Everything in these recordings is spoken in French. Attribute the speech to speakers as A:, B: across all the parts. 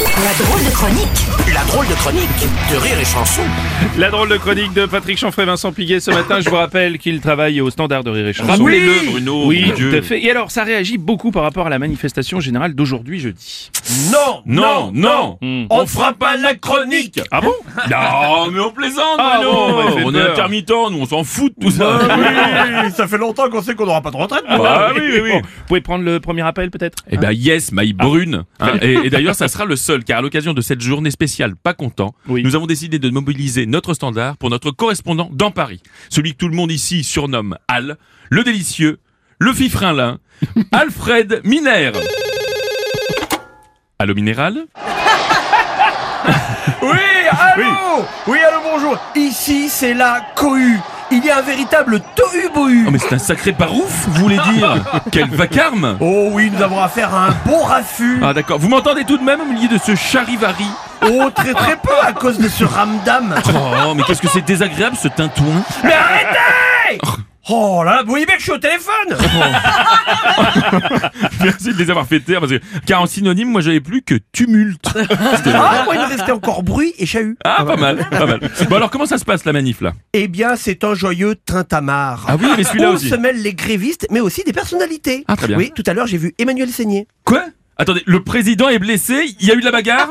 A: La drôle de chronique
B: La drôle de chronique de Rire et Chanson.
C: La drôle de chronique de Patrick Chanfray, Vincent Piguet ce matin. Je vous rappelle qu'il travaille au standard de rire et chanson.
D: Rappelez-le, Ah, Bruno,
C: Oui,
D: mon
C: tout
D: Dieu.
C: à fait. Et alors, ça réagit beaucoup par rapport à la manifestation générale d'aujourd'hui jeudi.
D: Non, non, non, on fera pas la chronique.
C: Ah bon
D: Non, mais on plaisante,
C: Ah
D: Bruno.
C: bon, bah, il fait
D: on est
C: peur.
D: intermittents, nous, on s'en fout de tout ça.
E: Ah oui, ça fait longtemps qu'on sait qu'on n'aura pas de retraite. moi.
D: Ah oui, oui, oui.
C: Bon, vous pouvez prendre le premier appel peut-être
D: Eh ben yes, my brune. hein. et et d'ailleurs, ça sera le seul, car à l'occasion de cette journée spéciale, pas content,
C: Oui.
D: nous avons décidé de mobiliser notre standard pour notre correspondant dans Paris, celui que tout le monde ici surnomme Al, le délicieux, le fifrinlin, Alfred Minère. Allô minéral
E: Oui, allô oui. allô, bonjour. Ici, c'est la cohue. Il y a un véritable tohu-bohu.
D: Oh mais c'est un sacré barouf, vous voulez dire Quel vacarme
E: Oh oui, nous avons affaire à un bon raffut.
D: Ah d'accord, vous m'entendez tout de même au milieu de ce charivari
E: Oh, très très peu à cause de ce ramdam.
D: Oh mais qu'est-ce que c'est désagréable ce tintouin
E: Mais arrêtez Oh là là, vous voyez bien que je suis au téléphone
D: Ah, Merci de les avoir fait taire parce que car en synonyme moi j'avais plus que tumulte.
E: Ah, moi il me restait encore bruit et chahut.
D: Ah pas mal, pas mal. Bon alors comment ça se passe la manif là
E: Eh bien, c'est un joyeux tintamarre.
D: Ah oui mais celui-là
E: Où
D: aussi.
E: se mêlent les grévistes, mais aussi des personnalités.
D: Ah, très bien.
E: Oui, tout à l'heure, j'ai vu Emmanuel Seigné.
D: Quoi Attendez, le président est blessé, il y a eu de la bagarre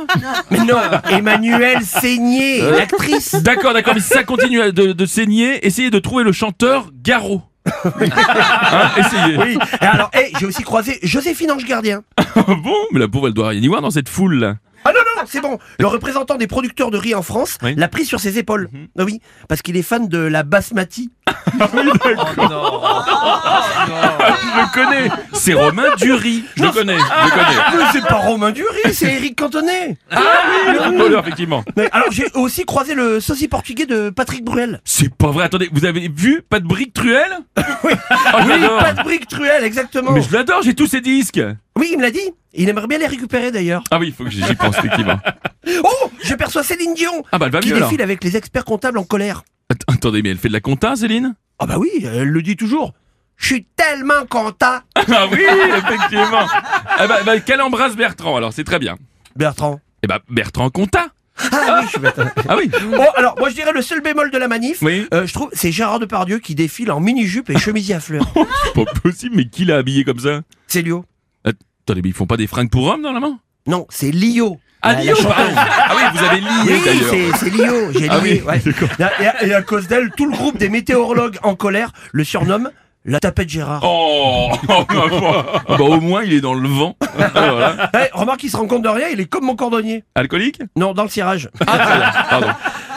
E: Mais Ah, non, Emmanuel Seigné,
D: Euh.
E: l'actrice.
D: D'accord, d'accord, mais si ça continue à- de, de saigner, essayez de trouver le chanteur Garot. Hein, essayez.
E: Oui. Et alors, hey, j'ai aussi croisé Joséphine Ange Gardien.
D: Ah bon, mais la pauvre elle doit rien y voir dans cette foule là.
E: Ah non, non, c'est bon. Le représentant des producteurs de riz en France
D: Oui.
E: l'a pris sur ses épaules. Ah oui, parce qu'il est fan de la basmati. Ah.
D: Je le connais, c'est Romain Dury. Je le connais, je le connais.
E: Ah, Mais c'est pas Romain du riz, c'est Eric Cantonnet. Ah,
D: Le footballeur, Ah, effectivement.
E: Mais alors, j'ai aussi croisé le saucier portugais de Patrick Bruel.
D: C'est pas vrai. Attendez, vous avez vu Pas de briques truelles Oh, je
E: Oui,
D: l'adore.
E: Patrick Truel, exactement.
D: Mais je l'adore, j'ai tous ses disques.
E: Oui, il me l'a dit. Il aimerait bien les récupérer d'ailleurs.
D: Ah oui, il faut que j'y pense, effectivement.
E: Oh, je perçois Céline Dion
D: Ah bah elle va
E: qui
D: mieux alors.
E: défile avec les experts comptables en colère.
D: Att- Attendez, mais elle fait de la compta, Céline
E: Ah bah oui, elle le dit toujours. Je suis tellement content.
D: Ah oui, effectivement. Ah bah, bah, qu'elle embrasse Bertrand, alors c'est très bien.
E: Bertrand.
D: Eh bah, Bertrand compta.
E: Ah oui, je suis bête.
D: Ah oui.
E: Bon, alors, moi, je dirais le seul bémol de la manif.
D: Oui.
E: euh, je trouve, c'est Gérard Depardieu qui défile en mini-jupe et chemisier à fleurs.
D: C'est pas possible, mais qui l'a habillé comme ça
E: C'est Lio.
D: Attendez, mais ils font pas des fringues pour hommes normalement
E: Non, c'est Lio.
D: Ah,
E: La- la
D: Lio,
E: chanteuse.
D: pardon. Ah oui, vous avez lié
E: Oui,
D: d'ailleurs.
E: c'est- c'est Lio, j'ai
D: Ah oui,
E: lié. ouais. Et à- Et à cause d'elle, tout le groupe des météorologues en colère le surnomme la tapette Gérard.
D: Oh, oh, ma foi. Ah bah, au moins il est dans le vent. Ah, voilà.
E: Eh, remarque, il se rend compte de rien, il est comme mon cordonnier.
D: Alcoolique
E: Non, dans le cirage.
D: Ah, très bien. Pardon.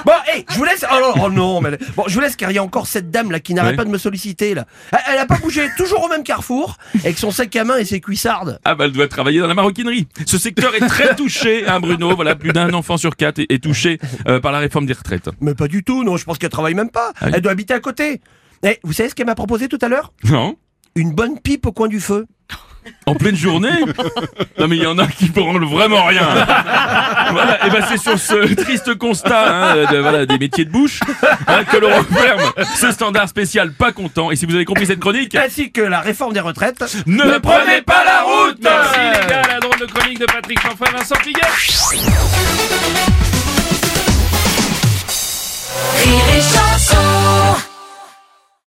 E: Bon, hey, je vous laisse. Oh, non, oh non, mais bon, je vous laisse car il y a encore cette dame là qui n'arrête
D: Ouais.
E: pas de me solliciter là. Elle, elle a pas bougé, toujours au même carrefour, avec son sac à main et ses cuissardes.
D: Ah bah elle doit travailler dans la maroquinerie. Ce secteur est très touché, hein Bruno. Voilà, plus d'un enfant sur quatre est, est touché euh, par la réforme des retraites.
E: Mais pas du tout, non, je pense qu'elle travaille même pas.
D: Ah oui.
E: Elle doit habiter à côté. Eh, vous savez ce qu'elle m'a proposé tout à l'heure
D: Non
E: Une bonne pipe au coin du feu.
D: En pleine journée Non mais il y en a qui branlent vraiment rien. Voilà, et ben c'est sur ce triste constat hein, de- voilà, des métiers de bouche hein, que l'on referme ce standard spécial pas content. Et si vous avez compris cette chronique,
E: Ainsi que la réforme des retraites.
D: ne prenez pas la route
C: Merci les gars, la drôle de chronique de Patrick Chanfray, Vincent Piguet